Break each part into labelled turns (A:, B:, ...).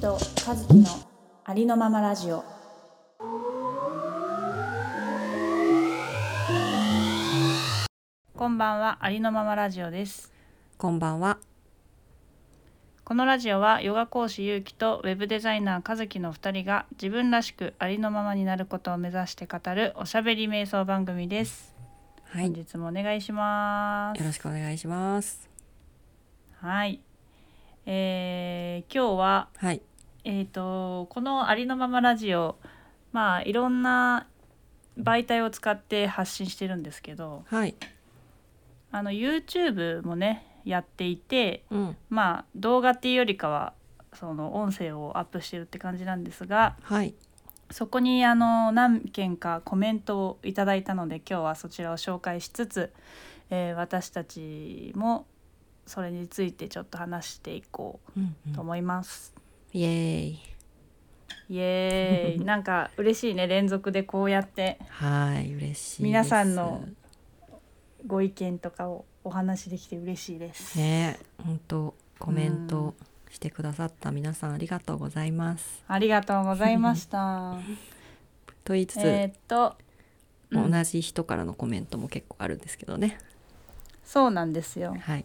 A: と和樹のありのままラジオこんばんはありのままラジオです
B: こんばんは。
A: このラジオはヨガ講師ゆうきとウェブデザイナー和樹の2人が自分らしくありのままになることを目指して語るおしゃべり瞑想番組です
B: はい。
A: 本
B: よ
A: 日もお願いします
B: ろしくお願いします。
A: はい、えー、今日は
B: はい。
A: えー、とこの「ありのままラジオ」まあいろんな媒体を使って発信してるんですけど
B: はい。
A: あの YouTube もねやっていて
B: うん。
A: まあ動画っていうよりかはその音声をアップしてるって感じなんですが
B: はい。
A: そこにあの何件かコメントをいただいたので今日はそちらを紹介しつつ、えー私たちもそれについてちょっと話していこ
B: うん、
A: うと思います。
B: イエーイ。
A: イエーイなんか嬉しいね連続でこうやって
B: はい。嬉しいです。
A: 皆さんの。ご意見とかをお話しできて嬉しいです。
B: ね。本当。コメント。してくださった皆さん、ありがとうございます。
A: ありがとうございま した。
B: と言いつつ、
A: えーっと、うん
B: 同じ人からのコメントも結構あるんですけどね。
A: そうなんですよ。
B: はい。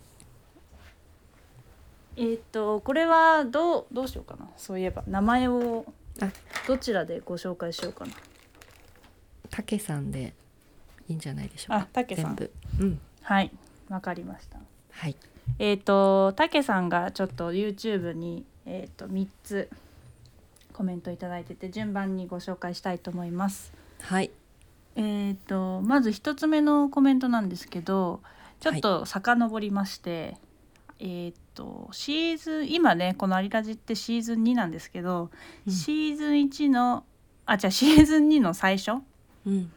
A: えーっとこれはどうどうしようかな。そういえば名前を
B: あ
A: どちらでご紹介しようかな。
B: たけさんで。いいんじゃないでしょうか。
A: あたけさん
B: 全部。うん。
A: はい、わかりました。
B: はい。
A: えーっとたけさんがちょっと YouTube にえーっと3つコメントいただいてて順番にご紹介したいと思います。
B: はい。
A: えー、とまず一つ目のコメントなんですけどちょっと遡りまして、えー、とシーズン今ねこの「アリラジ」ってシーズン2なんですけど、
B: うん
A: シーズン1のあじゃシーズン2の最初
B: うん。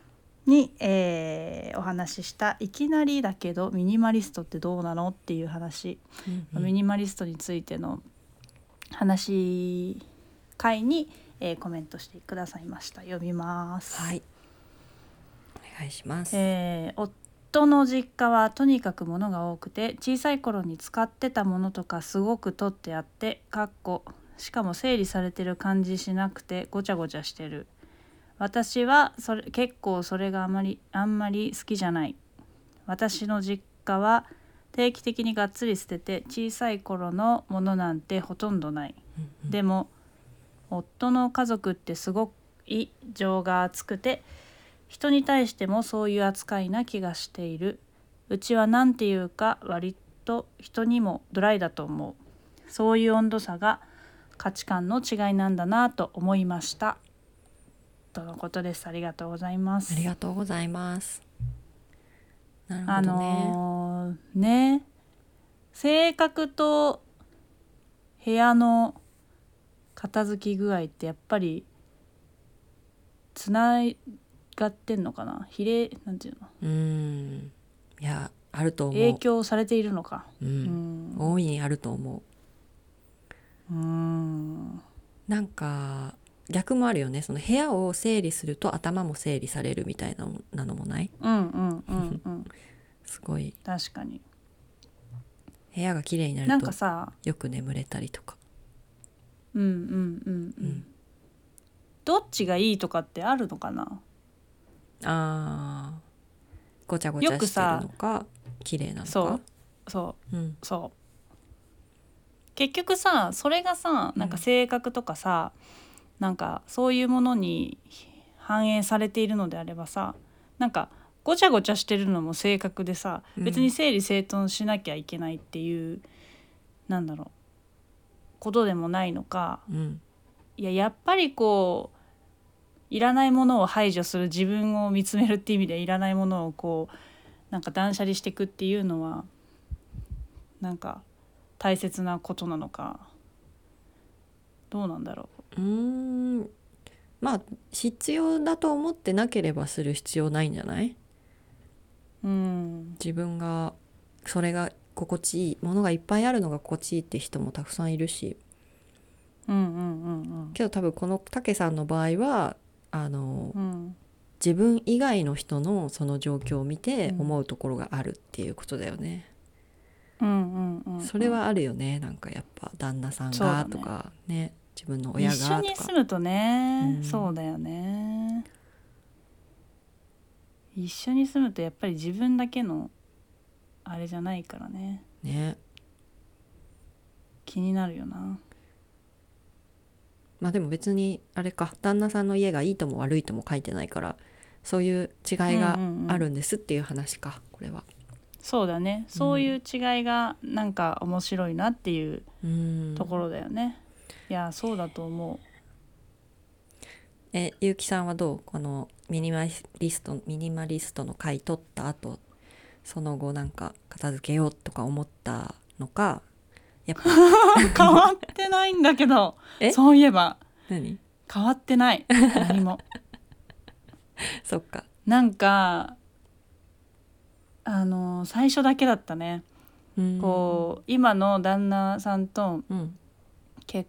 A: に、えーお話しした「いきなりだけどミニマリストってどうなの?」っていう話、
B: うんう
A: ミ
B: ん
A: ニマリストについての話会に、えーコメントしてくださいました読みます。
B: はい。お願いします。
A: えー夫の実家はとにかく物が多くて小さい頃に使ってたものとかすごく取ってあってかっこしかも整理されてる感じしなくてごちゃごちゃしてる私はそれ結構それがあまりあんまり好きじゃない私の実家は定期的にがっつり捨てて小さい頃のものなんてほとんどない
B: うんうん
A: でも夫の家族ってすごい情が厚くて人に対してもそういう扱いな気がしているうちは何て言うか割と人にもドライだと思うそういう温度差が価値観の違いなんだなと思いましたとのことですありがとうございます
B: ありがとうございます。なるほ
A: あ
B: どね。
A: のーね性格と部屋の片付き具合ってやっぱりつながってんのかな比例なんていうの
B: うん。いや、あると思う。
A: 影響されているのか
B: う。
A: うんん
B: 大いにあると思
A: うん
B: う。なんか、逆もあるよね。その部屋を整理すると頭も整理されるみたいなのなのもない
A: うんうんうんうん
B: すごい。
A: 確かに
B: 部屋が綺麗にな
A: なん
B: る
A: か
B: と
A: さ
B: よく眠れたりとか。
A: うんうんうんう
B: うんん
A: どっちがいいとかってあるのかな
B: ああ。ごちゃごちゃ
A: よく
B: して
A: さ
B: るのか、綺麗なのか。
A: そうそう
B: うん。
A: そう結局さそれがさなんか性格とかさ、なんかそういうものに反映されているのであればさなんかごちゃごちゃしてるのも性格でさ
B: うん
A: 別に整理整頓しなきゃいけないっていう、なんだろうことでもないのか
B: うん。
A: いややっぱりこういらないものを排除する自分を見つめるっていう意味でいらないものをこうなんか断捨離していくっていうのはなんか大切なことなのかどうなんだろ
B: うーん。まあ、必要だと思ってなければする必要ないんじゃないう
A: うん
B: 自分がそれが心地いいものがいっぱいあるのが心地いいって人もたくさんいるし
A: うんうんうん
B: けど多分このたけさんの場合はあの
A: うんうん
B: 自分以外の人のその状況を見て
A: うん
B: 思うところがあるっていうことだよね。
A: うんうんうんうん
B: それはあるよねなんかやっぱ旦那さん
A: そうだ
B: が
A: ね
B: とかね自分の親
A: 一緒
B: がと
A: に
B: か
A: 住むとね、
B: うん
A: そうだよね一緒に住むとやっぱり自分だけのあれじゃないからね
B: ね
A: 気になるよな
B: まあでも別にあれか旦那さんの家がいいとも悪いとも書いてないからそういう違いが
A: うんうんうん
B: あるんですっていう話か、これは。
A: そうだねそういう違いがなんか面白いなっていう
B: うん
A: ところだよね、いやそう だと思
B: えゆうきさんはどうこのミニマリストミニマリストの回取った後その後なんか片付けようとか思ったのかやっぱ
A: う変わってないんだけど
B: え
A: そういえば
B: 何
A: 変わってない何 も
B: そっか
A: なんかあの最初だけだったね
B: うん
A: こう今の旦那さんと
B: うん
A: 結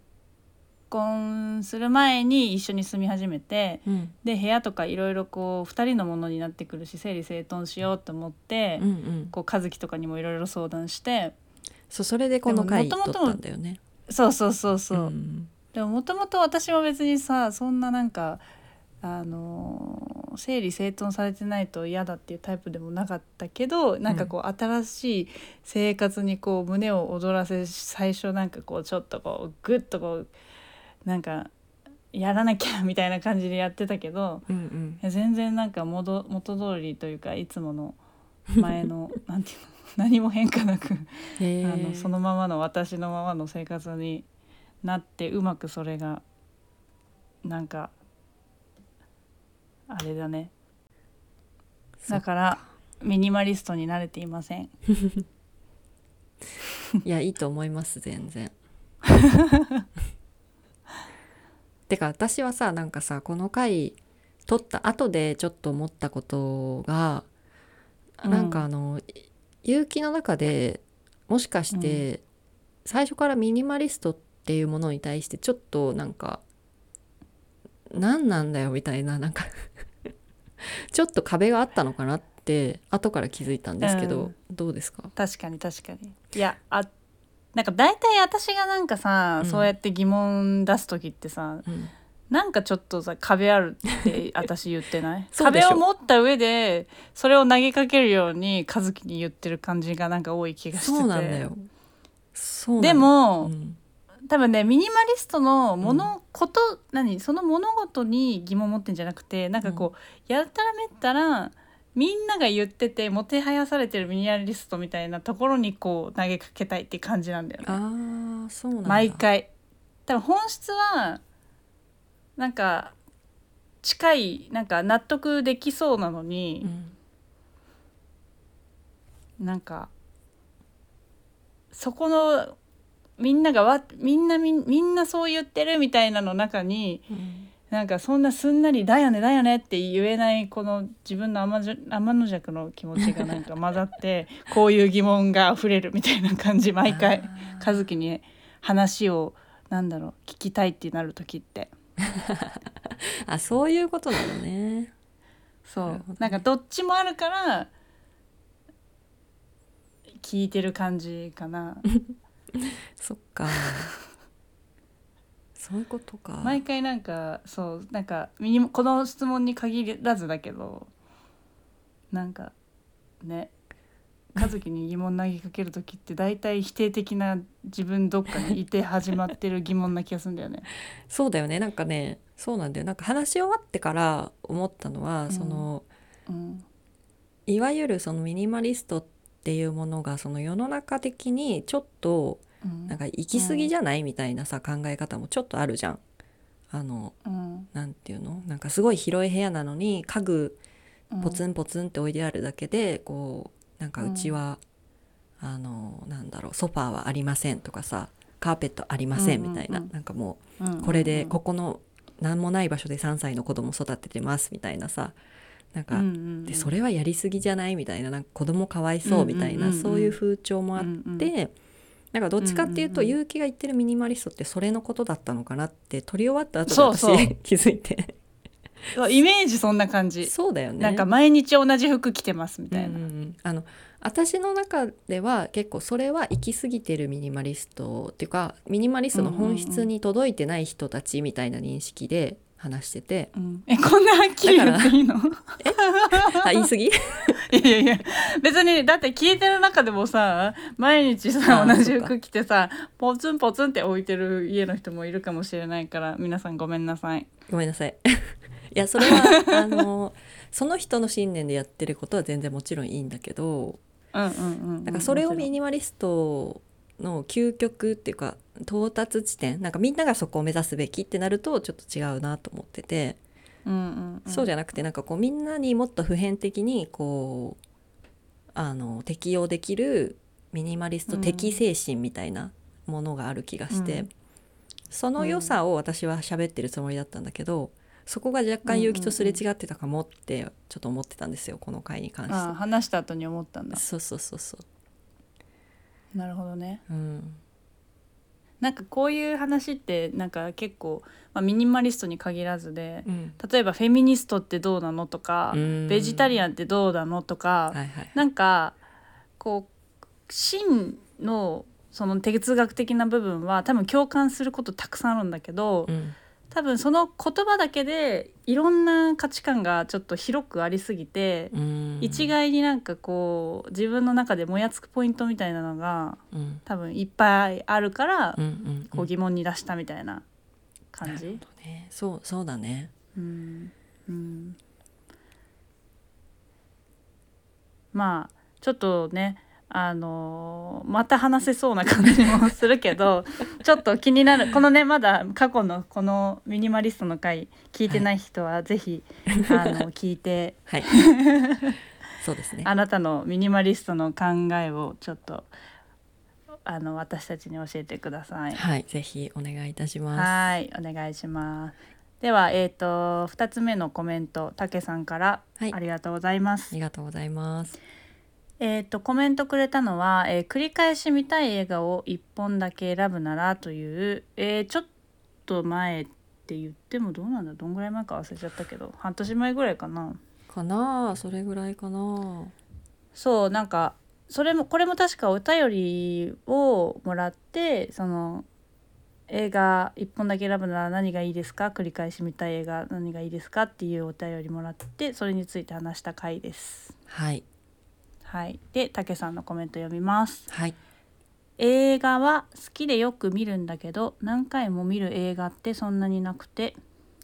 A: 婚する前に一緒に住み始めて
B: うん
A: で部屋とかいろいろこう2人のものになってくるし整理整頓しようと思って、
B: うんうん
A: こう和樹とかにもいろいろ相談して
B: そうそれでこの回
A: で
B: 取
A: も元
B: っ
A: 々
B: たんだよね
A: そうそうそうそう、
B: ん
A: でももともと私は別にさそんななんかあのー整理整頓されてないと嫌だっていうタイプでもなかったけどなんかこう新しい生活にこう胸を躍らせ最初なんかこうちょっとこうグッとこうなんかやらなきゃみたいな感じでやってたけど
B: うんうん
A: いや全然なんか戻元通りというかいつもの前 のなんていうの何も変化なく
B: へ
A: あ
B: ー
A: のそのままの私のままの生活になってうまくそれがなんかあれだね
B: そ
A: だ
B: っか
A: からミニマリストに慣れていません
B: いやいいと思います全然。てか私はさなんかさこの回撮った後でちょっと思ったことが、
A: うん
B: なんかあの勇気の中でもしかして、最初からミニマリストっていうものに対してちょっとなんか何なんだよみたいななんかちょっと壁があったのかなって後から気づいたんですけど、どうですか
A: 確かに確かにいやあなんか大体私がなんかさ、
B: うん
A: そうやって疑問出す時ってさ
B: うん
A: なんかちょっとさ壁あるって私言ってない
B: そうで
A: 壁
B: しょ
A: を持った上でそれを投げかけるように和樹に言ってる感じがなんか多い気がしてて
B: そうなんだよそうな
A: で
B: の
A: も、
B: うん
A: 多分ねミニマリストのものこと、何その物事に疑問を持ってんじゃなくてなんかこう、やたらめったらみんなが言っててもてはやされてるミニマリストみたいなところにこう投げかけたいって感じなんだよね
B: ああそうなんだ
A: 毎回多分本質はなんか近いなんか納得できそうなの
B: う
A: に、
B: ん
A: なんかそこのみんながわみんなみんみんなそう言ってるみたいなの中に
B: うん
A: なんかそんなすんなり「だよねだよね」って言えないこの自分の天じゃ天の弱の気持ちがなんか混ざって こういう疑問が溢れるみたいな感じ毎回
B: あー
A: 和樹に話をなんだろう聞きたいってなる時って
B: あそういうことなのね
A: そう
B: な
A: な,、
B: るほどね
A: んかどっちもあるから聞いてる感じかな
B: そっかそういうことか
A: 毎回なんかそうなんかミニこの質問に限らずだけどなんかね和樹に疑問投げかける時って大体否定的な自分どっかにいて始まってる疑問な気がするんだよ ね。
B: そうだよねなんかねそうなんだよなんか話し終わってから思ったのは、
A: ん
B: その
A: うん、
B: いわゆるそのミニマリストっていうものがその世の中的にちょっと
A: うん
B: なんか行き過ぎじゃないみたいなさ考え方もちょっとあるじゃん。あの
A: うん
B: なんていうのなんかすごい広い部屋なのに家具
A: うん
B: ポツンポツンって置いてあるだけで、こうなんかうちは、あのなんだろうソファーはありませんとかさカーペットありません
A: うんうん
B: みたいな、
A: うん
B: なんかも
A: うんうんう
B: うんこれでここの何もない場所で3歳の子供育ててますみたいなさなんか、
A: うんうんうん
B: でそれはやりすぎじゃないみたいななんか子供かわいそうみたいな、
A: うんうんうんうん
B: そういう風潮もあって、
A: うんうん
B: なんかどっちかっていうと、
A: うんうんうん
B: 結城が言ってるミニマリストってそれのことだったのかなって取り終わった後で
A: そう
B: 私
A: そう
B: 気づいて
A: そうイメージそんな感じ、
B: そうだよね
A: なんか毎日同じ服着てますみたいな、
B: うんうんうんあの私の中では結構それは行き過ぎてるミニマリストっていうかミニマリストの本質に届いてない人たちみたいな認識で話して て、
A: うんえこんなはっきり言っていいの
B: あ 言い過ぎ
A: いやいや別にだって聞いてる中でもさ毎日さ
B: あ
A: 同
B: ー
A: じ
B: そっか
A: 服着てさポツンポツンって置いてる家の人もいるかもしれないから皆さんごめんなさい
B: ごめんな さいいやそれはあのその人の信念でやってることは全然もちろんいいんだけど
A: うんうんうんうん
B: なんかそれを
A: もちろ
B: ミニマリストの究極っていうか到達地点なんかみんながそこを目指すべきってなるとちょっと違うなと思ってて。
A: んうんうんうん
B: そうじゃなくてなんかこうみんなにもっと普遍的にこうあの適用できるミニマリスト的精神みたいなものがある気がして、
A: うん
B: その良さを私は喋ってるつもりだったんだけど、そこが若干結城とすれ違ってたかもってちょっと思ってたんですよこの回に関
A: あー
B: し
A: 話した後に思ったん
B: て。
A: だ
B: そうそうそうそ
A: なるほどね
B: う。うん、
A: なんかこういう話ってなんか結構、まあ、ミニマリストに限らずで
B: うん
A: 例えばフェミニストってどうなのとか、
B: うん
A: ベジタリアンってどうなのとか、
B: はいはい。
A: なんかこう真のその哲学的な部分は多分共感することたくさんあるんだけど、
B: うん
A: 多分その言葉だけでいろんな価値観がちょっと広くありすぎて、
B: うん
A: 一概になんかこう自分の中でもやつくポイントみたいなのが
B: うん
A: 多分いっぱいあるから、
B: うんうん
A: こう疑問に出したみたいな感じ。
B: なるほどねそうそうだね。
A: うんうんまあちょっとねあのーまた話せそうな感じもするけ どちょっと気になるこのねまだ過去のこのミニマリストの回聞いてない人はぜ ひ、あの聞いて
B: はい。 そうですね。
A: あなたのミニマリストの考えをちょっとあの私たちに教えてください。
B: はい、ぜひお願いいたします。
A: はい、お願いします。では、えっ、と、二つ目のコメント、たけさんから、
B: はい
A: ありがとうございます
B: あ。りがとうございます。
A: えっ、と、コメントくれたのは、えー繰り返し見たい映画を一本だけ選ぶならという。えーちょっと前って言っても、どうなんだ、どんぐらい前か忘れちゃったけど、半年前ぐらいかな。
B: かなあ、それぐらいかな
A: そう、なんか、それも、これも確かお便りをもらって、その。映画一本だけ選ぶなら何がいいですか繰り返し見たい映画何がいいですかっていうお便りもらってそれについて話した回です。
B: あ。はい、
A: はい、でたけさんのコメント読みます。
B: はい、
A: 映画は好きでよく見るんだけど何回も見る映画ってそんなになくて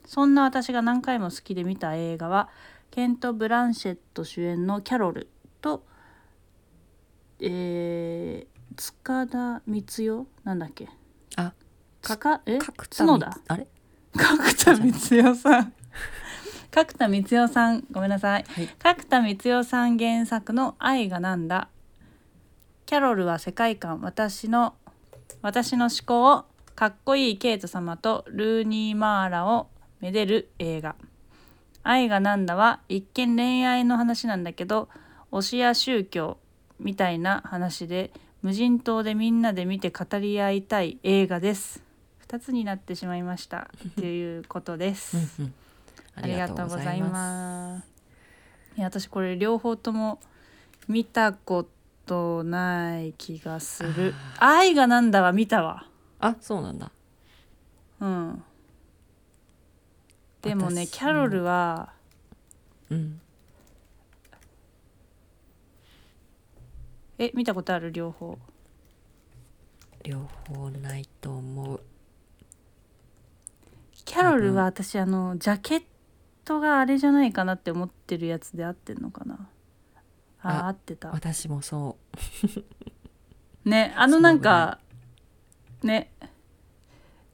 A: そんな私が何回も好きで見た映画はケント・ブランシェット主演の「キャロル」と、えー塚田光代なんだっけ
B: あ
A: 塚え角
B: 角田
A: 田
B: みあれ、
A: 角田光代さん角田光代さんごめんなさい
B: はい、
A: 角田光代さん原作の「愛がなんだ」「キャロルは世界観私の私の思考をかっこいいケイト様とルーニー・マーラをめでる映画」「愛がなんだ」は一見恋愛の話なんだけど推しや宗教みたいな話で無人島でみんなで見て語り合いたい映画です。2つになってしまいましたということです。
B: うんうん、あ
A: あり
B: り
A: が
B: が
A: と
B: と
A: う
B: う
A: ご
B: ご
A: ざ
B: ざ
A: い
B: い
A: ま。
B: ます
A: いや私これ両方とも見たことない気がする。愛がなんだは見たわ。
B: す。あ、そうなんだ。
A: うん。でもね
B: 私も
A: キャロルは
B: うん、
A: え見たことある両方。
B: 両方ないと思う。
A: キャロルは私あのジャケットがあれじゃないかなって思ってるやつで合ってんのかな。あ
B: あ
A: 合ってた。
B: 私もそ
A: ねあのなんかね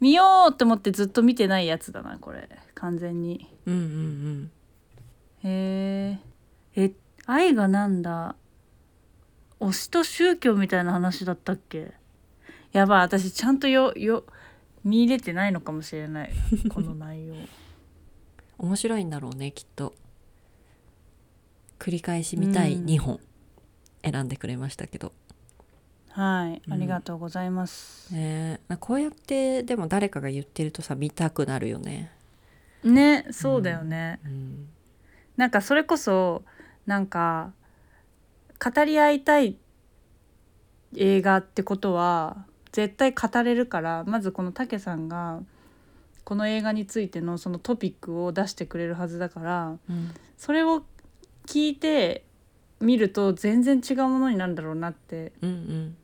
A: 見ようと思ってずっと見てないやつだなこれ完全に
B: う。うんうん
A: へええ愛がなんだ推しと宗教みたいな話だったっけやばい私ちゃんとよよ見入れてないのかもしれないこの内容
B: うん。面白いんだろうね、きっと。繰り返し見たい
A: うん
B: 二本選んでくれましたけど。
A: はい
B: うん
A: ありがとうございます、
B: ねえ、なんかこうやってでも誰かが言ってるとさ見たくなるよね。
A: ねそうだよね、
B: うん
A: なんかそれこそなんか語り合いたい映画ってことは絶対語れるからまずこのたけさんがこの映画についてのそのトピックを出してくれるはずだから
B: うん
A: それを聞いて見ると全然違うものになるんだろうなって
B: うんうん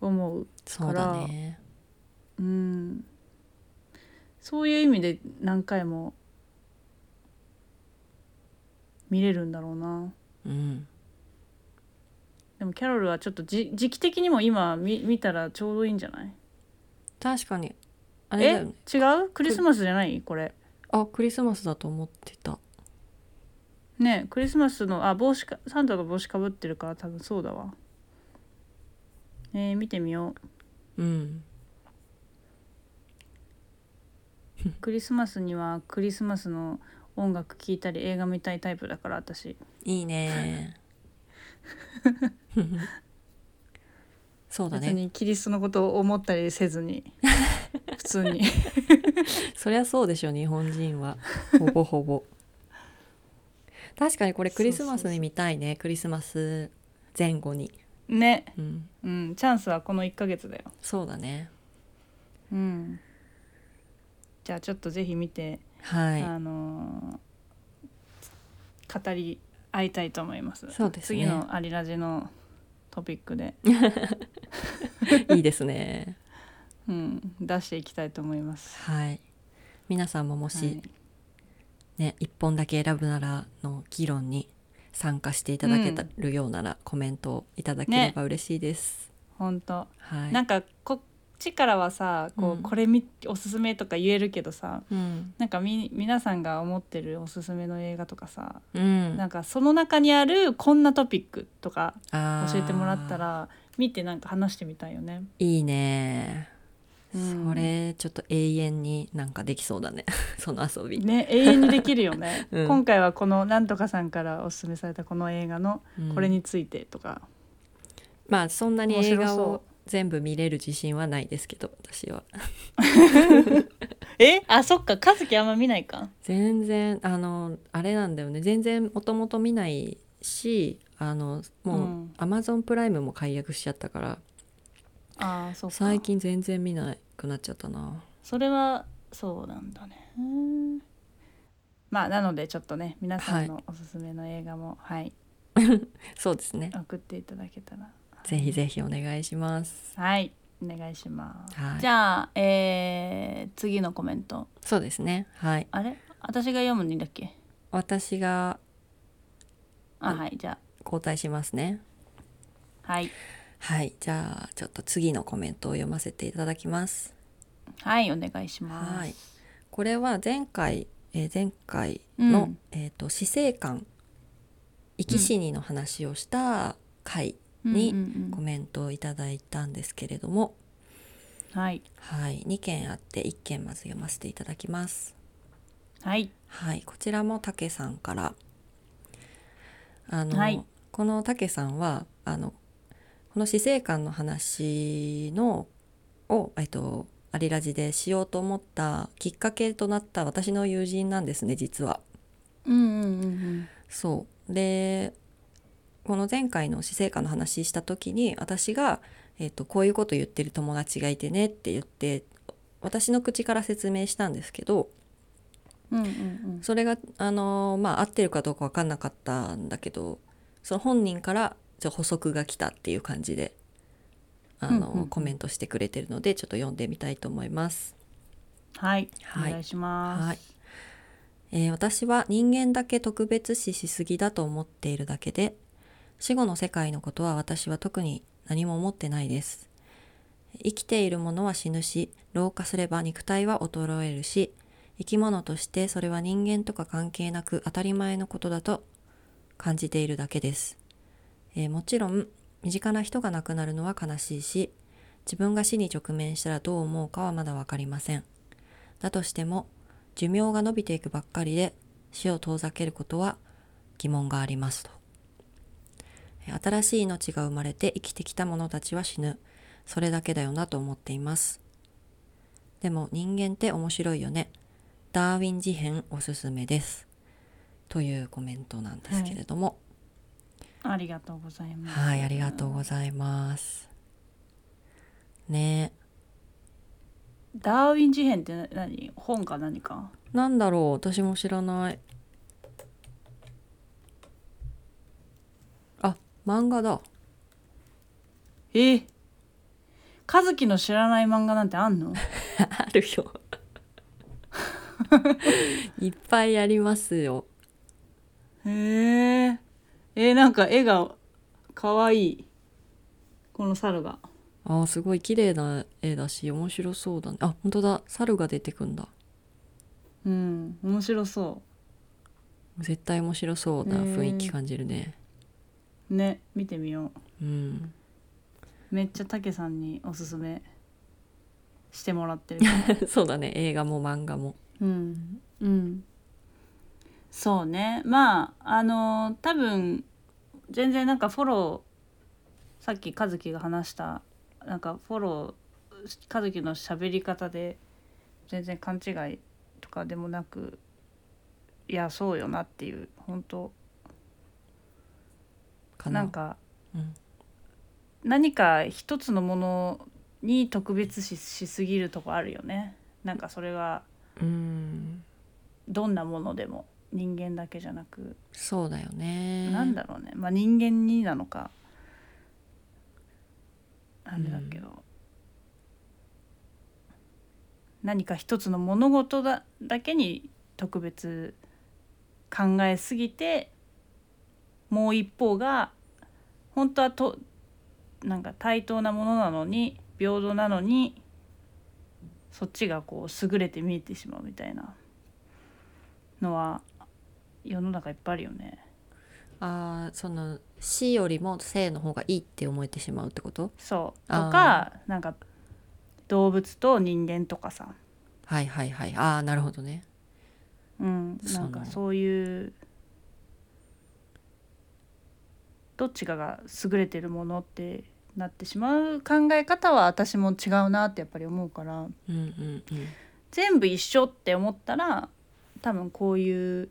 A: 思う。
B: そうだね
A: うんそういう意味で何回も見れるんだろうな。
B: うん
A: でもキャロルはちょっとじ時期的にも今見見たらちょうどいいんじゃない
B: 確かにあれだ
A: え
B: よね
A: 違うクリスマスじゃないこれ
B: あクリスマスだと思ってた
A: ねクリスマスのあ帽子かサンタが帽子かぶってるから多分そうだわえー見てみよ
B: うん
A: うクリスマスにはクリスマスの音楽聴いたり映画見たいタイプだから私
B: いいねそうだ
A: 別
B: ね
A: にキリストのことを思ったりせずに 普通に
B: そりゃそうでしょ日本人 はほぼほぼ確かにこれクリスマスに見たいねクリスマス前後に
A: ね
B: うん
A: うんチャンスはこの1ヶ月だよ
B: そうだね
A: うんじゃあちょっとぜひ見て
B: は
A: あのー語り合いたいと思います。
B: そうですね
A: 次のアリラジのトピックで、
B: いいいですね
A: うん、出していきたいと思います。
B: はい皆さんももし、
A: はい
B: ね一本だけ選ぶならの議論に参加していただけたるようなら、コメントをいただければ嬉しいです、
A: 本当、
B: はい
A: なんかこっちからはさ、こう、
B: うん
A: これみおすすめとか言えるけどさ、
B: うん
A: なんかみ皆さんが思ってるおすすめの映画とかさ、
B: うん
A: なんかその中にあるこんなトピックとか
B: あー
A: 教えてもらったら見てなんか話してみたいよね。
B: いいね、
A: うん
B: それちょっと永遠になんかできそうだね その遊び、
A: ね永遠にできるよね、
B: うん
A: 今回はこのなんとかさんからおすすめされたこの映画の
B: うん
A: これについてとか、
B: まあそんなに映
A: 面
B: 画
A: 白そう
B: を全部見れる自信はないですけど私は
A: えあそっか和樹あんま見ないか
B: 全然あのあれなんだよね全然もともと見ないしあのもう、
A: うん
B: アマゾンプライムも解約しちゃったから
A: あーそっか
B: 最近全然見なくなっちゃったな
A: それはそうなんだねうんまあなのでちょっとね皆さんのおすすめの映画もはい、
B: そうですね
A: 送っていただけたら
B: ぜひぜひお願いします
A: はいお願いします、
B: はい
A: じゃあ、えー次のコメント
B: そうですねはい
A: あれ私が読むんだっけ
B: 私が
A: あ、
B: うん
A: はいじゃ
B: 交代しますね
A: あはい
B: はいじゃあちょっと次のコメントを読ませていただきます
A: はいお願いします
B: はいこれは前回、えー前回
A: う
B: の、
A: ん
B: えー、と死生観生き死にの話をした回に
A: うんうんうん
B: コメントをいただいたんですけれども、
A: はい
B: はい2件あって1件まず読ませていただきます
A: はい
B: はい、こちらもたけさんから。あの、
A: はい
B: このたけさんは、あの。この死生観の話の。を、えっと、アリラジでしようと思ったきっかけとなった私の友人なんですね、実は。
A: うんうんうん
B: そうでこの前回の死生観の話した時に私が、えっとこういうこと言ってる友達がいてねって言って私の口から説明したんですけど、
A: うんうんうん
B: それがあのーまあ合ってるかどうか分かんなかったんだけどその本人からじゃ補足が来たっていう感じであの
A: う
B: ー、
A: んうんうん
B: コメントしてくれてるのでちょっと読んでみたいと思います。
A: はい、
B: はい
A: お願いします。
B: はいえー私は人間だけ特別視しすぎだと思っているだけで死後の世界のことは私は特に何も思ってないです生きているものは死ぬし老化すれば肉体は衰えるし生き物としてそれは人間とか関係なく当たり前のことだと感じているだけです、えーもちろん身近な人が亡くなるのは悲しいし自分が死に直面したらどう思うかはまだ分かりませんだとしても寿命が伸びていくばっかりで死を遠ざけることは疑問がありますと新しい命が生まれて生きてきた者たちは死ぬそれだけだよなと思っていますでも人間って面白いよねダーウィン事変おすすめですというコメントなんですけれども、
A: ありがとうございます。
B: はい、ありがとうございます。ね
A: ダーウィン事変って何本か何か
B: え、なんだろう、私も知らない。あ、漫画だ。
A: えー、和樹の知らない漫画なんてあんの
B: あるよ。 いっぱいありますよ。
A: へええー、なんか絵がかわいいこの猿が
B: あー、すごい綺麗な絵だし、面白そうだね。あ、本当だ、猿が出てくんだ。
A: うん面白そ
B: 絶対面白そうな雰囲気感じるね。
A: うね見てみよ
B: うん。
A: うめっちゃたけさんにおすすめしてもらってるから
B: そうだね、映画も漫画も。
A: うんうんそうねまああのー多分全然なんかフォローさっき和樹が話したなんかフォロー和樹の喋り方で全然勘違いとかでもなくいやそうよなっていう本当
B: かな。
A: なんか、
B: うん
A: 何か一つのものに特別視しすぎるとこあるよねなんかそれは
B: うん。
A: どんなものでも人間だけじゃなく、
B: そうだよね。
A: なんだろうねまあ人間になのかあれだけど、何か一つの物事だだけに特別考えすぎてもう一方が本当はとなんか対等なものなのに平等なのにそっちがこう優れて見えてしまうみたいなのは世の中いっぱいあるよね。
B: あーその死よりも生の方がいいって思えてしまうってこと
A: そうと
B: あー
A: かなんか動物と人間とかさ、
B: はいはいはいああなるほどね
A: うん、
B: そう
A: な
B: なんの
A: かそういうどっちかが優れてるものってなってしまう考え方は私も違うなってやっぱり思うから
B: うんうんうん
A: 全部一緒って思ったら多分こういう、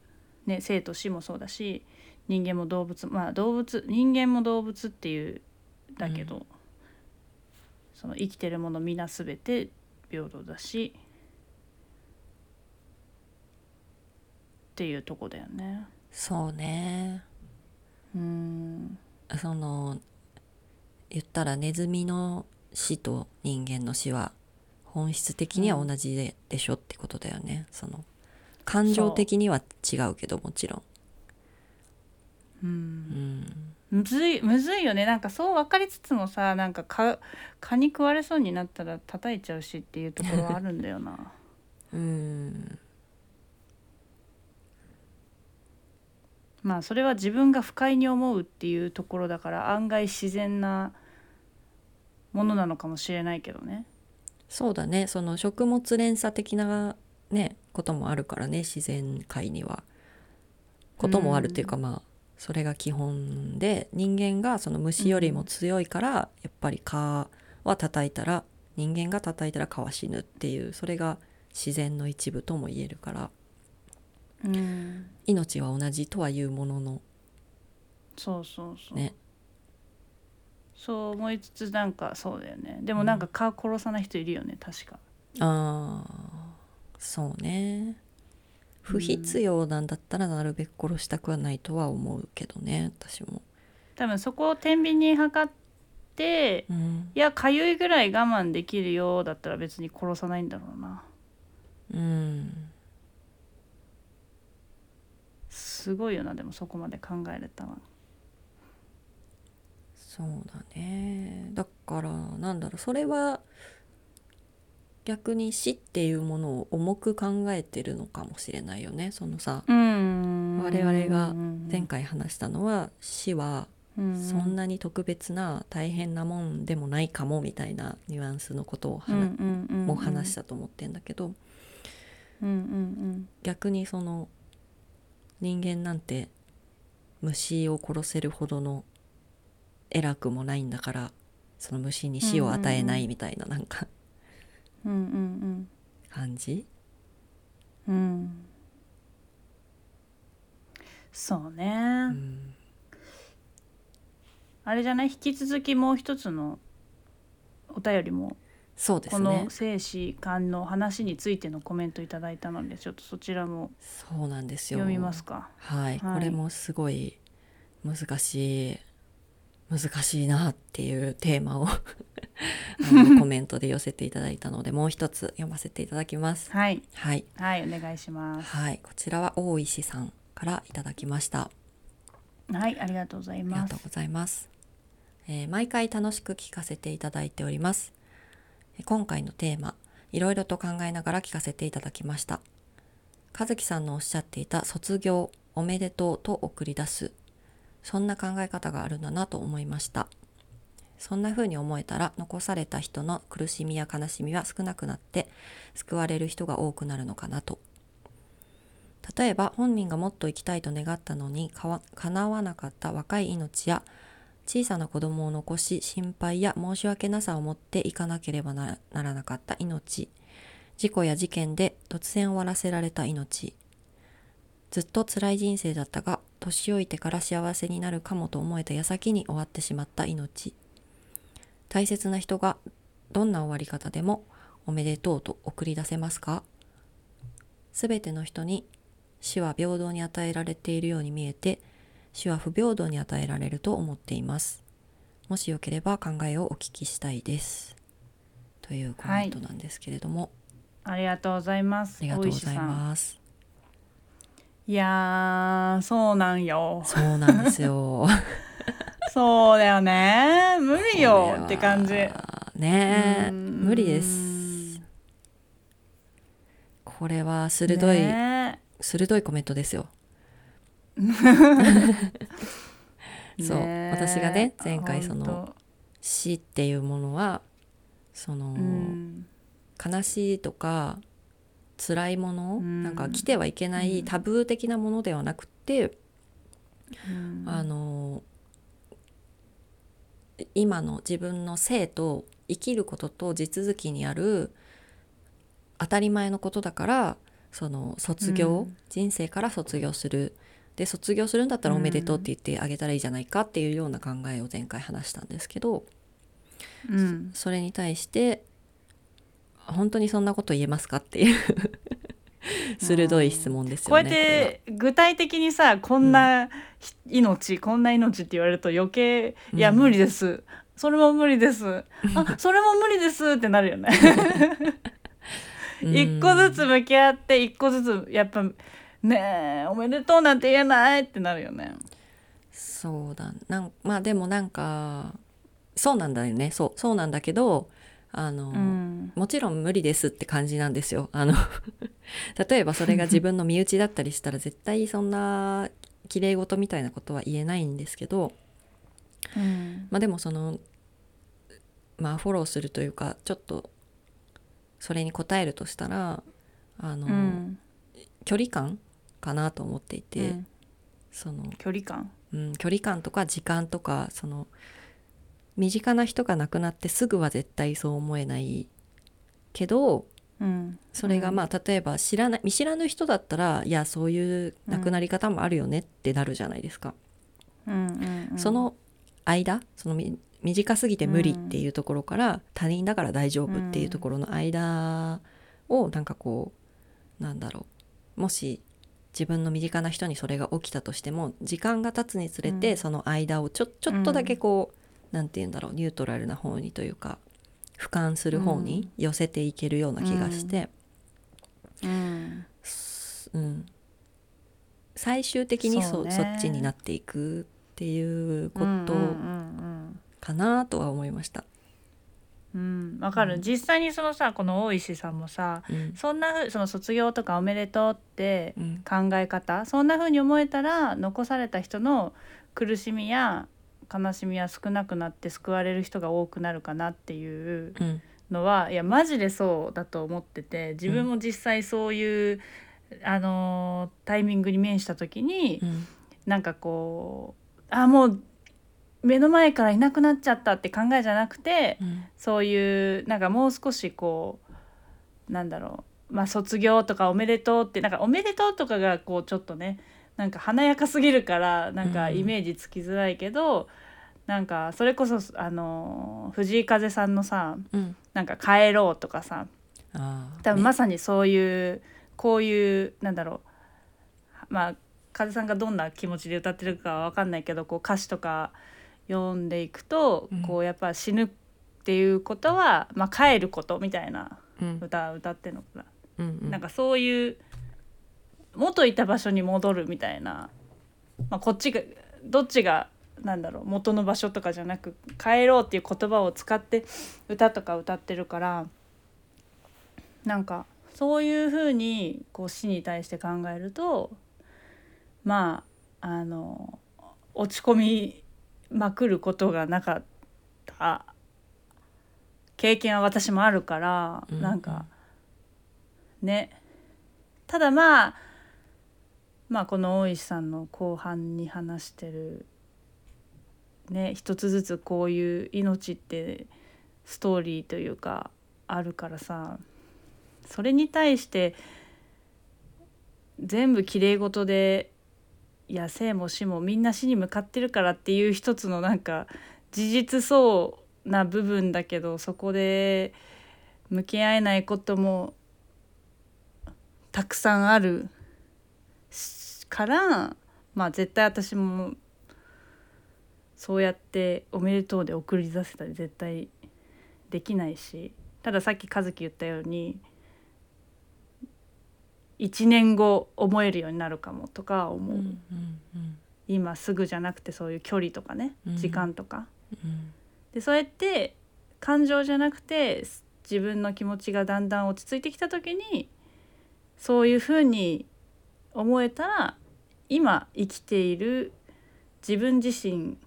A: ね、生と死もそうだし人間も動物まあ動物人間も動物っていうだけど、その生きてるもの皆全て平等だしっていうとこだよね。
B: そうね
A: うん
B: その言ったらネズミの死と人間の死は本質的には同じで,、でしょってことだよねその感情的には違うけどもちろん
A: うん
B: うん
A: むずいむずいよねなんかそう分かりつつもさなんかか蚊に食われそうになったら叩いちゃうしっていうところはあるんだよな。
B: うん
A: まあそれは自分が不快に思うっていうところだから案外自然なものなのかもしれないけどね。
B: そうだねその食物連鎖的なねこともあるからね自然界にはこともあるっていうか、まあそれが基本で人間がその虫よりも強いから、やっぱり蚊は叩いたら人間が叩いたら蚊は死ぬっていうそれが自然の一部とも言えるから
A: うん、
B: 命は同じとは言うものの
A: そうそうそう。
B: ね
A: そう思いつつなんかそうだよね。でもなんか蚊殺さない人いるよね確か。
B: あーそうね不必要なんだったらなるべく殺したくはないとは思うけどね私も。
A: 多分そこを天秤に測って
B: うん
A: いやかゆいぐらい我慢できるよだったら別に殺さないんだろうな。
B: うん
A: すごいよなでもそこまで考えれたら。
B: そうだねだからなんだろうそれは逆に死っていうものを重く考えてるのかもしれないよねそのさ
A: うん
B: 我々が前
A: 前
B: 回話したのは死は
A: そ
B: そんなに特別な大変なもんでもないかもみたいなニュアンスのことを話も話したと思ってんだけど
A: うんうん
B: 逆にその人間なんて虫を殺せるほどの偉くもないんだからその虫に死を与えないみたいななんか
A: うんうんうん
B: 感じ
A: うんそうね、
B: うん
A: あれじゃない引き続きもう一つのお便りも
B: そうで
A: こ
B: す
A: の
B: ね
A: 生死観の話についてのコメントいただいたのでちょっとそちらも
B: そうなんですよ
A: 読みますか。
B: はい、
A: はい
B: これもすごい難しい難しいなっていうテーマを あ のコメントで寄せていただいたのでもう一つ読ませていただきます。
A: はい
B: はい、
A: はいお願いします。
B: はい、こちらは大石さんからいただきました。
A: はいありがとうござい
B: ありが
A: ま
B: と
A: す
B: う。ございます、えー毎回楽しく聞かせていただいておりますえー今回のテーマいろいろと考えながら聞かせていただきました和樹さんのおっしゃっていた卒業おめでとうと送り出すそんな考え方があるんだなと思いましたそんな風に思えたら残された人の苦しみや悲しみは少なくなって救われる人が多くなるのかなと例えば本人がもっと生きたいと願ったのにかわ叶わなかった若い命や小さな子供を残し心配や申し訳なさを持っていかなければなならなかった命事故や事件で突然終わらせられた命ずっと辛い人生だったが年老いてから幸せになるかもと思えた矢先に終わってしまった命大切な人がどんな終わり方でもおめでとうと送り出せますかすべての人に死は平等に与えられているように見えて死は不平等に与えられると思っていますもしよければ考えをお聞きしたいですというコメントなんですけれども、
A: ありがとうございま
B: あ
A: す。
B: りがとうござ
A: 大石
B: い
A: さん
B: ます
A: いやーそうなんよ。
B: そうなんです よ
A: そうだよ ね無理
B: こ
A: よ
B: れは
A: って感じ。
B: ねえ
A: うん
B: 無理ですこれは鋭い、
A: ね
B: 鋭いコメントで すよそう
A: ね
B: 私がね前回その
A: ほんと
B: 死っていうものはその、
A: うん
B: 悲しいとか辛いもの、
A: うん
B: なんか来てはいけないタブー的なものではなくて、
A: うん
B: あの今の自分の生と生きることと地続きにある当たり前のことだからその卒業、
A: うん
B: 人生から卒業するで卒業するんだったらおめでとうって言ってあげたらいいじゃないかっていうような考えを前回話したんですけど、
A: うん
B: それに対して本当にそんなこと言えますかっていう 鋭い質問です
A: こう
B: よ
A: やっ
B: ね。
A: て具体的にさこんなひ命、こんな命って言われると余計「いや
B: うん
A: 無理です」それも無理です」 あそれも無理です」ってなるよね。
B: これは
A: 一個ずつ向き合って一個ずつやっぱ「ねえおめでとう」なんて言えないってなるよね。
B: そうだなんまあでもなんかそうなんだよねそうそうなんだけどあの、
A: うん
B: もちろん無理ですって感じなんですよ。あの 例えばそれが自分の身内だったりしたら絶対そんな綺麗事みたいなことは言えないんですけど、
A: うん
B: まあでもそのまあフォローするというかちょっとそれに応えるとしたらあの、
A: うん
B: 距離感かなと思っていて、
A: うん
B: その、
A: 距離感
B: うん、距離感とか時間とかその身近な人が亡くなってすぐは絶対そう思えないけど
A: うん
B: それがまあ例えば知らない見知らぬ人だったらいやそういう亡くなり方もあるよねってなるじゃないですか。
A: うんうんうん
B: その間そのみ短すぎて無理っていうところから、他人だから大丈夫っていうところの間をなんかこうなんだろうもし自分の身近な人にそれが起きたとしても時間が経つにつれて、
A: うん
B: その間をちょちょっとだけこう、なんて言うんだろうニュートラルな方にというか俯瞰する方に寄せていけるような気がして、
A: うん
B: すうん、最終的にそ
A: そううね
B: そっちになっていくっていうこと
A: うんうん
B: かなとは思いました。
A: うんうんわかる、
B: うん
A: 実際にそのさこの大石さんもさ
B: うん
A: そんなふうその卒業とかおめでとうって
B: うん
A: 考え方そんな風に思えたら残された人の苦しみや悲しみは少なくなって救われる人が多くなるかなっていう
B: うん
A: のはいやマジでそうだと思ってて自分も実際そういう、あのータイミングに面した時に、
B: うん
A: なんかこうあもう目の前からいなくなっちゃったって考えじゃなくて
B: うん
A: そういうなんかもう少しこうなんだろうまあ、卒業とかおめでとうってなんかおめでとうとかがこうちょっとねなんか華やかすぎるからなんか
B: うん
A: イメージつきづらいけど、なんかそれこそあのー藤井風さんのさ
B: うん
A: 「なんか帰ろう」とかさ
B: あー
A: 多分まさにそういう、こういうなんだろうまあ風さんがどんな気持ちで歌ってるかは分かんないけどこう歌詞とか読んでいくと、
B: うん
A: こうやっぱ死ぬっていうことは、まあ、帰ることみたいな
B: うん
A: 歌歌ってるのかな。
B: うんうん
A: なんかそういう元いた場所に戻るみたいな、まあ、こっちがどっちがなんだろう元の場所とかじゃなく「帰ろう」っていう言葉を使って歌とか歌ってるからなんかそういうふうにこう死に対して考えるとまああの落ち込みまくることがなかった経験は私もあるから、
B: うん
A: なんかねただまあまあこの大石さんの後半に話してるね一つずつこういう命ってストーリーというかあるからさそれに対して全部きれい事でいや生も死もみんな死に向かってるからっていう一つのなんか事実そうな部分だけどそこで向き合えないこともたくさんあるしからまあ絶対私もそうやって「おめでとう」で送り出せたり絶対できないしたださっき和樹言ったように1年後思えるようになるかもとか
B: う
A: 思
B: ん
A: う、
B: うんうん
A: 今すぐじゃなくてそういう距離とかね
B: うん
A: 時間とか、
B: うん
A: でそうやって感情じゃなくてす自分の気持ちがだんだん落ち着いてきた時にそういうふうに思えたら今生きている自分自身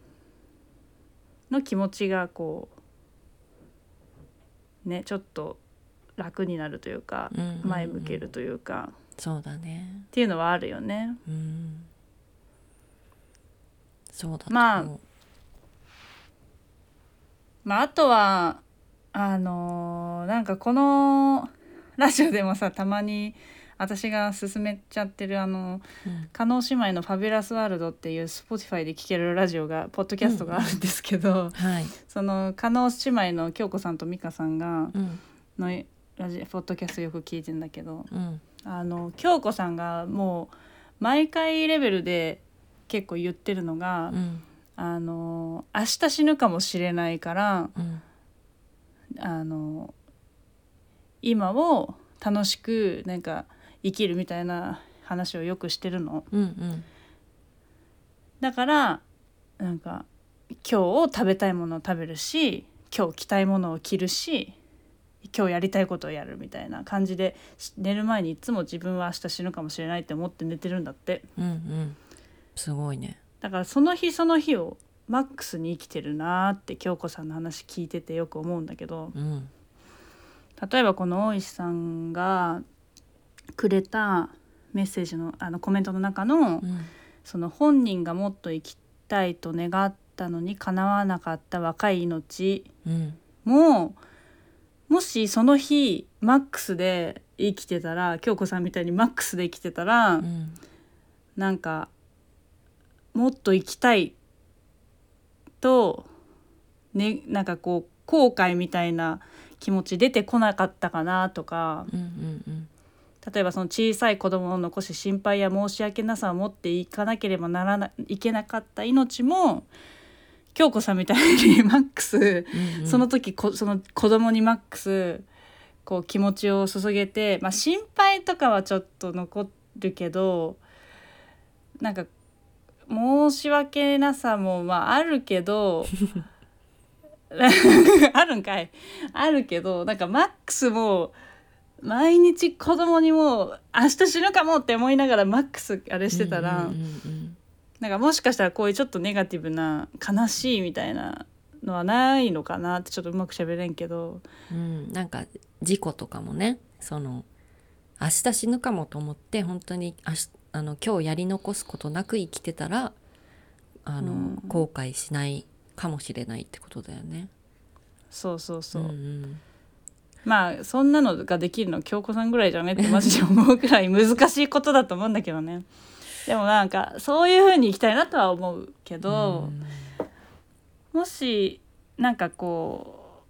A: の気持ちがこうねちょっと楽になるというか
B: うんうんうん
A: 前向けるというか
B: そうだね
A: っていうのはあるよね。
B: うんそうだと思う
A: まあまあ、あとはあのーなんかこの ラジオでもさたまに私が勧めちゃってるあの
B: うん
A: 加納姉妹の「ファビュラスワールド」っていう Spotify で聴けるラジオがポッドキャストがあるんですけど、
B: はい
A: その加納姉妹の京子さんと美香さんが
B: うん
A: のラジポッドキャストよく聞いてんだけど
B: うん
A: あの京子さんがもう毎回レベルで結構言ってるのが、
B: うん
A: あのー明日死ぬかもしれないから。
B: うん
A: あの今を楽しくなんか生きるみたいな話をよくしてるの
B: うんうん
A: だからなんか今日を食べたいものを食べるし今日着たいものを着るし今日やりたいことをやるみたいな感じでし寝る前にいつも自分は明日死ぬかもしれないって思って寝てるんだって
B: うんうんすごいね
A: だからその日その日をマックスに生きてるなーって京子さんの話聞いててよく思うんだけど
B: うん
A: 例えばこの大石さんがくれたメッセージのあのコメントの中の
B: うん
A: その本人がもっと生きたいと願ったのにかなわなかった若い命
B: うん
A: ももしその日マックスで生きてたら京子さんみたいにマックスで生きてたら
B: うん
A: なんかもっと生きたいと、ね、なんかこう後悔みたいな気持ち出てこなかったかなとか
B: うんうんうん
A: 例えばその小さい子供を残し心配や申し訳なさを持っていかなければならないけなかった命も京子さんみたいに マックス、
B: うんうん
A: その時こその子供にマックスこう気持ちを注げて、まあ、心配とかはちょっと残るけどなんか申し訳なさもまああるけど あるんかいあるけどなんかマックスも毎日子供にもう明日死ぬかもって思いながらマックスあれしてたら、
B: うんうん
A: なんかもしかしたらこういうちょっとネガティブな悲しいみたいなのはないのかなってちょっとうまくしゃべれんけど
B: うんうんなんか事故とかもねその明日死ぬかもと思って本当に明日あの今日やり残すことなく生きてたらあの、
A: うん
B: 後悔しないかもしれないってことだよね。
A: そうそうそう、
B: んん
A: まあそんなのができるの京子さんぐらいじゃねってマジで思うくらい難しいことだと思うんだけどねでもなんかそういうふうにいきたいなとは思うけど、もしなんかこ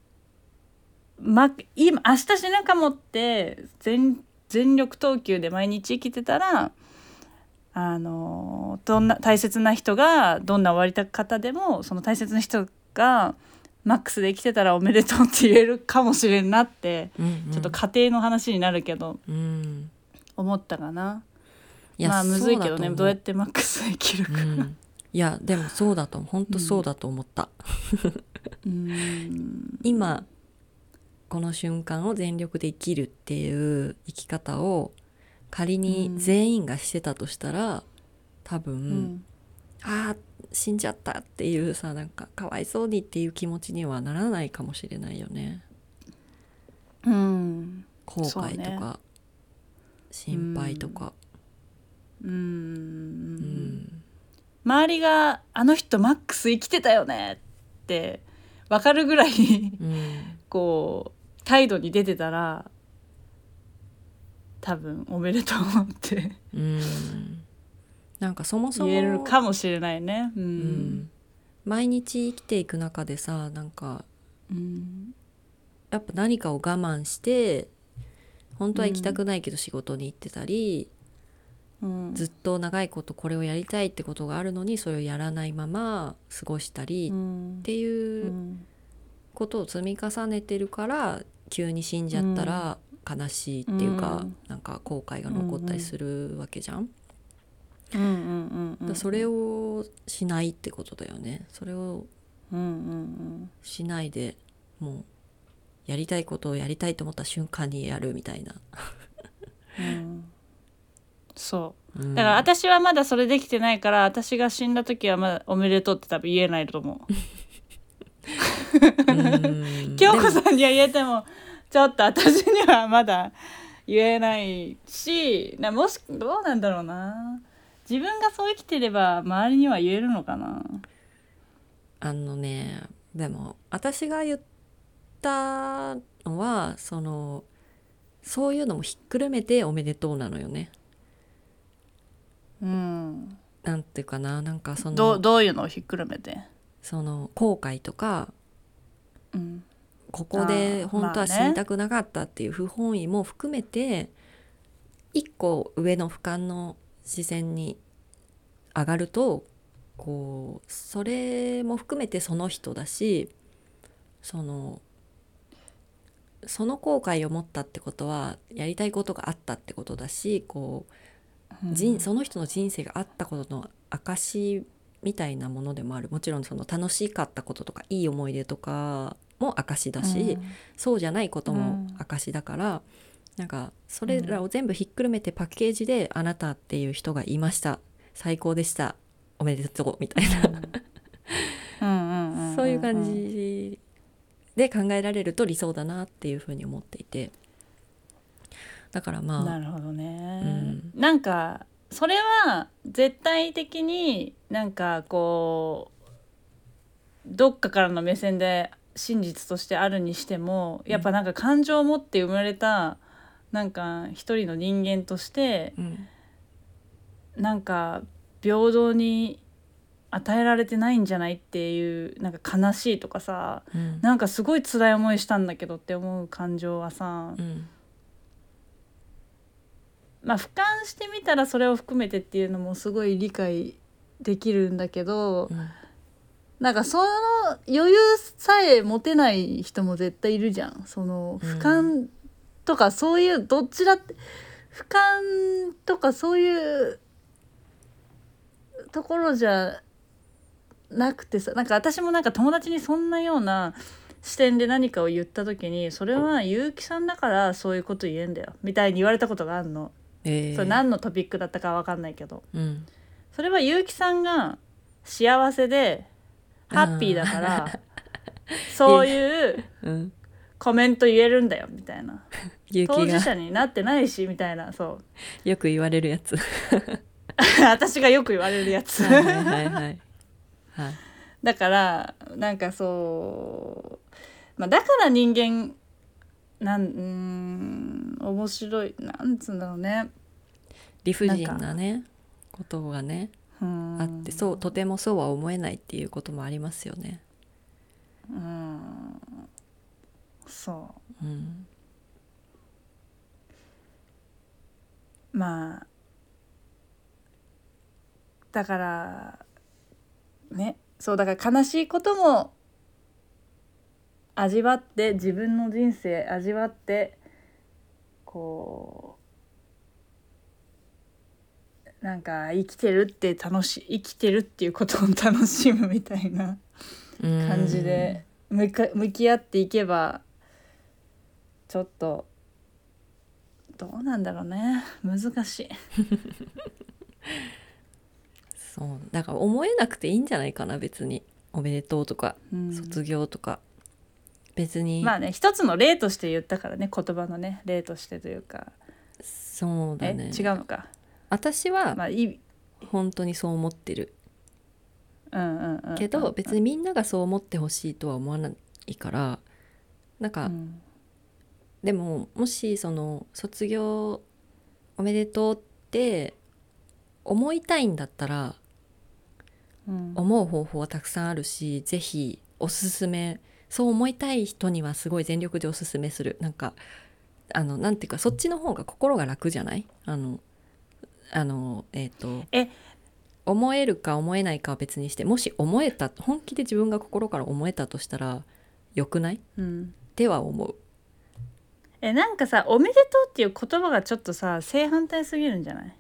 A: う、ま、今明日死ぬかもって全全力投球で毎日生きてたらあのどんな大切な人がどんな終わりた方でもその大切な人がマックスで生きてたらおめでとうって言えるかもしれんなって、
B: うんうん
A: ちょっと家庭の話になるけど
B: うん
A: 思ったかな。
B: いや
A: まあむずいけ
B: そ
A: ど
B: うだと思
A: ね
B: う
A: どうやってマックスで生きるか。
B: うんいやでもそうだと思う本当そうだと思った、
A: うん
B: 今この瞬間を全力で生きるっていう生き方を仮に全員がしてたとしたら、多分、
A: うん
B: あー死んじゃったっていうさなんかかわいそうにっていう気持ちにはならないかもしれないよね
A: うん
B: 後悔
A: そう
B: とか、心配とか、
A: うん
B: うん
A: 周りが「あの人マックス生きてたよね」って分かるぐらい
B: うん
A: こう態度に出てたら多分「おめでとう」って
B: うんなんかそもそ
A: 言
B: も
A: えるかもしれないね。う
B: うんん毎日生きていく中でさなんか
A: うん
B: やっぱ何かを我慢して本当は行きたくないけど仕事に行ってたり、
A: うん
B: ずっと長いことこれをやりたいってことがあるのにそれをやらないまま過ごしたりっ
A: うん
B: てい
A: う
B: う
A: ん
B: ことを積み重ねてるから急に死んじゃったら悲しいっていう
A: う
B: か、
A: ん
B: なんか後悔が残ったりするわけじゃん、だ
A: うんうんうんう
B: から
A: ん
B: それをしないってことだよねそれを
A: うんうん
B: しないでもうやりたいことをやりたいと思った瞬間にやるみたいな、
A: うんうんそう
B: うん
A: だから私はまだそれできてないから私が死んだ時はまだ「おめでとう」って多分言えないと思う。
B: うん
A: 京子さんには言えてもちょっと私にはまだ言えないしなもしどうなんだろうな自分がそう生きてれば周りには言えるのかな
B: あのねでも私が言ったのはそのそういうのもひっくるめておめでとうなのよね。
A: うん
B: なんていうかななんかそ
A: どう
B: の
A: どういうのをひっくるめて、
B: その後悔とか
A: うん
B: ここで
A: あー
B: 本当
A: まあ
B: は
A: ね
B: 死にたくなかったっていう不本意も含めて一個上の俯瞰の視線に上がるとこうそれも含めてその人だしそのその後悔を持ったってことはやりたいことがあったってことだしこう人その人の人生があったことの証みたいなものでもあるもちろんその楽しかったこととかいい思い出とかも証だし、そうじゃないことも証だから、なんかそれらを全部ひっくるめてパッケージで「あなたっていう人がいました最高でしたおめでとう」みたいな、そういう感じで考えられると理想だなっていうふうに思っていてだから
A: な
B: まあ
A: るほどね、
B: うん
A: なんかそれは絶対的になんかこうどっかからの目線で真実としてあるにしてもやっぱなんか感情を持って生まれたなんか一人の人間として
B: うん
A: なんか平等に与えられてないんじゃないっていうなんか悲しいとかさ
B: うん
A: なんかすごい辛い思いしたんだけどって思う感情はさ、
B: うん
A: まあ俯瞰してみたらそれを含めてっていうのもすごい理解できるんだけど
B: うん
A: なんかその余裕さえ持てない人も絶対いるじゃんその
B: うん
A: 俯瞰とかそういうどっちだって俯瞰とかそういうところじゃなくてさなんか私もなんか友達にそんなような視点で何かを言った時にそれは結城さんだからそういうこと言えんだよみたいに言われたことがあるの。
B: えー
A: それ何のトピックだったかわかんないけど
B: うん
A: それは結城さんが幸せでハッピーだからそういう
B: うん
A: コメント言えるんだよみたいな
B: 勇
A: 当
B: 気
A: 事
B: が
A: 者になってないしみたいなそう
B: よく言われるやつ
A: 私がよく言われるやつ
B: はいはいはいはいはい
A: だからなんかそう、まあ、だから人間なんうーん面白いなんつうんだろうね
B: 理不尽
A: な
B: なねことがね
A: うん
B: あってそうとてもそうは思えないっていうこともありますよね。
A: うんそ
B: うん、
A: うまあだからねそうだから悲しいことも味わって自分の人生味わってこうなんか生きてるって楽しい生きてるっていうことを楽しむみたいな。感じで向か向き合っていけばちょっとどうなんだろうね難しい
B: そうだから思えなくていいんじゃないかな別におめでとうとか、
A: うん、
B: 卒業とか別に、
A: まあね一つの例として言ったからね言葉のね例としてというか、
B: そうだね
A: え違うのか
B: 私は
A: まあいい
B: 本当にそう思ってる
A: うんうんうん
B: けど別
A: に
B: にみんながそう思ってほしいとは思わないからなんか、
A: うん
B: でももしその卒業おめでとうって思いたいんだったら
A: うん
B: 思う方法はたくさんあるしぜひおすすめそう思いたい人にはすごい全力でおすすめするなんかあのなんていうかそっちの方が心が楽じゃないあのあのえっ、と
A: え
B: 思えるか思えないかは別にしてもし思えた本気で自分が心から思えたとしたら良くない
A: うん
B: では思う
A: えなんかさ「おめでとう」っていう言葉がちょっとさ正反対すぎるんじゃない
B: 確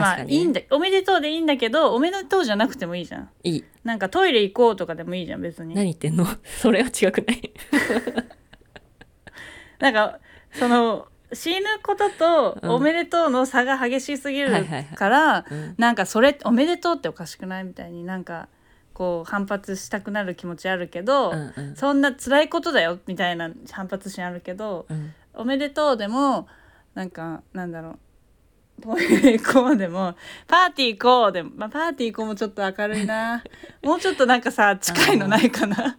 A: まあ
B: かにね、
A: いいんだおめでとうでいいんだけどおめでとうじゃなくてもいいじゃん
B: いい
A: なんかトイレ行こうとかでもいいじゃん別に
B: 何言ってんの それは違くない
A: なんかその死ぬことと
B: うん
A: おめでとうの差が激しすぎる
B: はいはいはい
A: から、
B: うん
A: なんかそれおめでとうっておかしくないみたいになんかこう反発したくなる気持ちあるけど、
B: うんうん
A: そんな辛いことだよみたいな反発心あるけど
B: うん
A: おめでとうでもなんかなんだろう。トイレ行こうでもパーティー行こうでも、まあ、パーティー行こうもちょっと明るいなもうちょっとなんかさ近いのないかな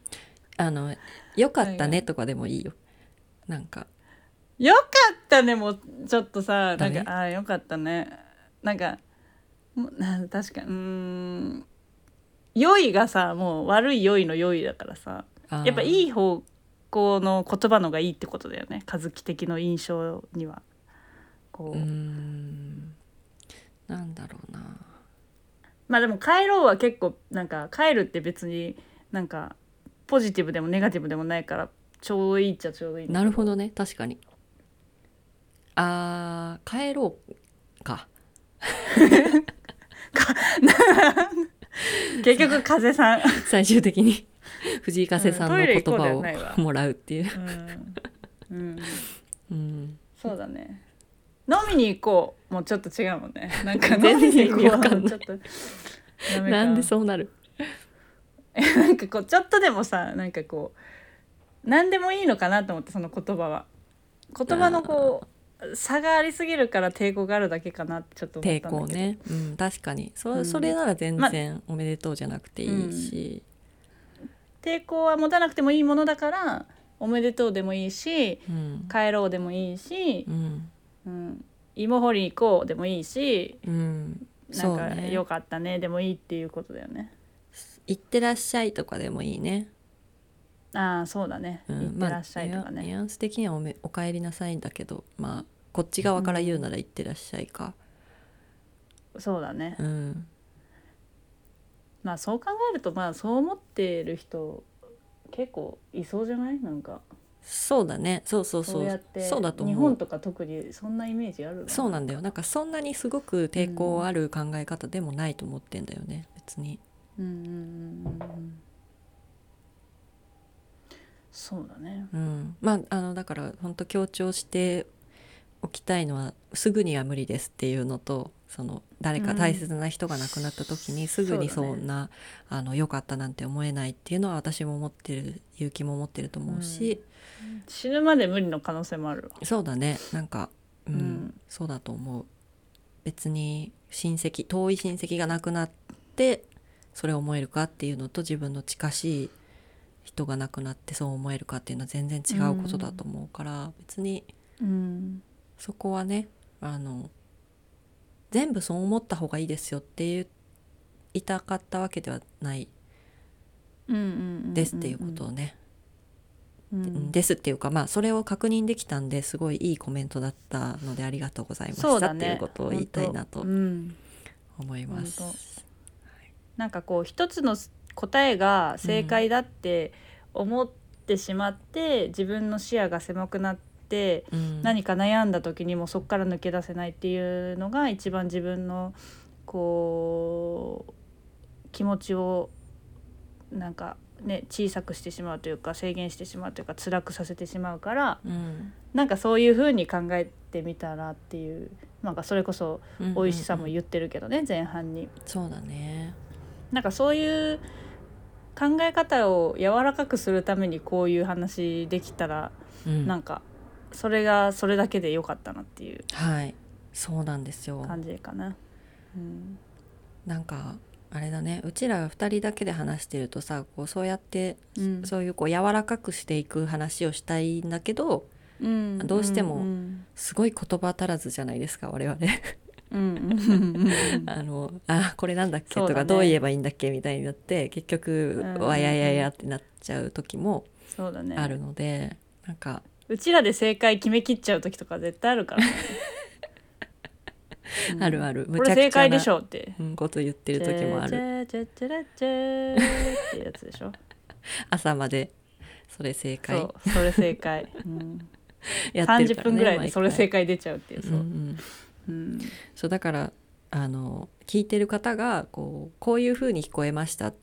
B: あの良かったねとかでもいいよなんか
A: よかったねもうちょっとさ
B: ダ
A: なん
B: メ
A: かああーよかったねなんかもうなん確かうーん良いがさもう悪い良いの良いだからさ
B: あー
A: やっぱいい方向の言葉のがいいってことだよね和樹的の印象にはこ
B: う
A: う、
B: ーんなんだろうな
A: まあでも帰ろうは結構なんか帰るって別になんかポジティブでもネガティブでもないからちょうどいいっちゃちょうどいいんだ
B: な
A: け
B: るほどね確かにあー帰ろうか
A: 結局風さん、
B: 最終的に 藤井風
A: う
B: さん
A: んト
B: の
A: イレ
B: 言
A: 行こうではない
B: 葉
A: わ
B: をもらうっていう、
A: うんうん
B: うん、
A: そうだね。飲みに行こうもうちょっと違うもん ね。なんか飲
B: 全
A: みに
B: 然
A: 行
B: 意
A: こ
B: 味
A: う
B: わか
A: は
B: ん
A: も
B: ない
A: うちょっと。ダメか
B: なんでそうなる
A: なんかこうちょっとでもさなんかこう何でもいいのかなと思ってその言葉は言葉のこう差がありすぎるから抵抗があるだけかなってちょっと思っ
B: 抵
A: たんだけど
B: 抗ね、うん、確かにそ,、
A: うん
B: それなら全
A: ま
B: 然おめでとうじゃなくていいし、
A: 抵抗は持たなくてもいいものだからおめでとうでもいいし
B: うん
A: 帰ろうでもいいし
B: う、ん
A: うん、芋掘り行こうでもいいし
B: うん、
A: な
B: そ
A: ん
B: う
A: か
B: ね
A: 良かったねでもいいっていうことだよね。
B: 行ってらっしゃいとかでもいいね。
A: ああそうだね、
B: う
A: 行
B: ん、
A: ってらっしゃいと
B: まあ
A: か
B: ニュア
A: ね、
B: ニュアンス的にはおめお帰りなさいんだけど、まあこっち側から言うなら行ってらっしゃいか。
A: そうだね、
B: うん、
A: まあそう考えるとまあそう思ってる人結構いそうじゃないなんか
B: そうだね。そうそう
A: そ
B: そうう。
A: やって
B: そうだと
A: 日
B: 思
A: 本
B: う。
A: とか特にそんなイメージある
B: そううなんだよ。なんかそんなにすごく抵抗ある考え方でもないと思ってんだよね。別に。
A: うんうんうんうんうんそうだね
B: うん、まああのだから本当強調しておきたいのはすぐには無理ですっていうのとその誰か大切な人が亡くなった時にすぐに
A: そうだ
B: そ
A: ね
B: んな「あの良かった」なんて思えないっていうのは私も思ってる勇気も持ってると思うし、
A: 死ぬまで無理の可能性もあるわ
B: そうだねなんか、うん
A: うん
B: そうだと思う別に親戚遠い親戚が亡くなってそれを思えるかっていうのと自分の近しい人が亡くなってそう思えるかっていうのは全然違うことだと思うから、別に
A: うん
B: そこはねあの全部そう思った方がいいですよっていう言いたかったわけではない
A: うんうん
B: ですっていうことをね、
A: うんうん
B: うんですっていうかまあそれを確認できたんですごいいいコメントだったのでありがとうございま
A: そ
B: し
A: う
B: た、
A: だ
B: ってい
A: ね
B: うことを言いたいな
A: ほん
B: と
A: うん
B: 思います。
A: 本なんかこう一つの答えが正解だって思ってしまって、自分の視野が狭くなって
B: うん
A: 何か悩んだ時にもそこから抜け出せないっていうのが一番自分のこう気持ちをなんかね小さくしてしまうというか制限してしまうというか辛くさせてしまうから
B: うん
A: なんかそういう風に考えてみたらっていうなんかそれこそ
B: うん
A: 美味しさも
B: うん
A: 言ってるけどね、前半に。
B: そうだね
A: なんかそういう考え方を柔らかくするためにこういう話できたら、
B: うん
A: なんかそれがそれだけで良かったなっていう
B: はいそうなんですよ
A: 感じかな。うん、
B: なんかあれだねうちらが2人だけで話してるとさこうそうやって、
A: うん
B: そういうこう柔らかくしていく話をしたいんだけど
A: うん
B: どうしても
A: うん
B: すごい言葉足らずじゃないですか我々
A: うんうん
B: あのあこれなんだっけ
A: そう
B: と
A: だね
B: かどう言えばいいんだっけみたいになって結局
A: うん
B: わやややってなっちゃう時も
A: そうだね
B: あるので、なんか
A: うちらで正解決めきっちゃう時とか絶対あるからね、うん
B: あるあるむ
A: これ正解でしょうって
B: うんこと言ってる時もあ
A: チ
B: る
A: ャチャチャラチャってやつでしょ
B: 朝までそれ正 解
A: そうそれ正解、うん、
B: やってる
A: 30
B: からね
A: 分ぐらいでそれ正
B: 解
A: 解出ちゃうっていう
B: そう
A: そ,、
B: んう
A: うんうん
B: そうだからあの聞いてる方がこうこういう風に聞こえました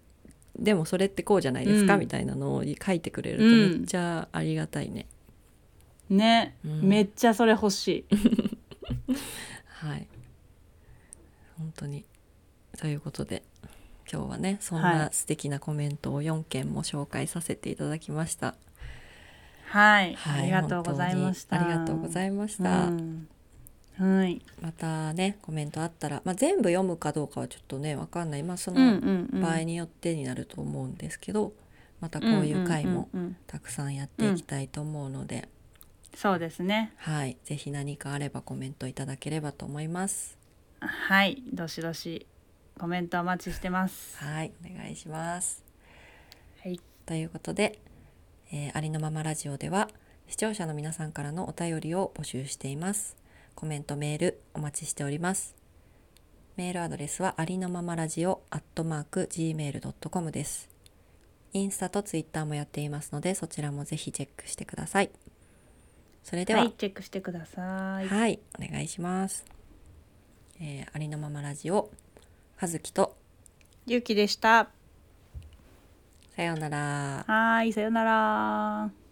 B: でもそれってこうじゃないですか、
A: うん
B: みたいなのを書いてくれる
A: うん
B: とめっちゃありがたいね、
A: ね、
B: うん
A: めっちゃそれ欲しい。
B: はい本当にということで今日はねそん
A: は
B: ない素敵なコメントを4件も紹介させていただきました、
A: はい、
B: はい、
A: ありがとうございました。
B: 本当にありがとうございました、
A: うんはい、
B: またねコメントあったら、まあ、全部読むかどうかはちょっとねわかんないまあそ
A: うんう
B: の
A: んうん。
B: 場合によってになると思うんですけど、またこういう回も
A: うんうんうん
B: たくさんやっていきたいと思うので、
A: そうですね。
B: はい、ぜひ何かあればコメントいただければと思います。
A: はい、どしどしコメントお待ちしてます。
B: はい、お願いします。
A: はい、
B: ということで、えーありのままラジオでは視聴者の皆さんからのお便りを募集しています。コメント、メールお待ちしております。メールアドレスはありのままラジオアットマーク gmail.com です。インスタとツイッターもやっていますのでそちらもぜひチェックしてください。それでは、
A: はい、チェックしてください。
B: はい、お願いします。えーありのままラジオ、和樹と、
A: ゆうきでした。
B: さようなら。
A: はい、さよなら。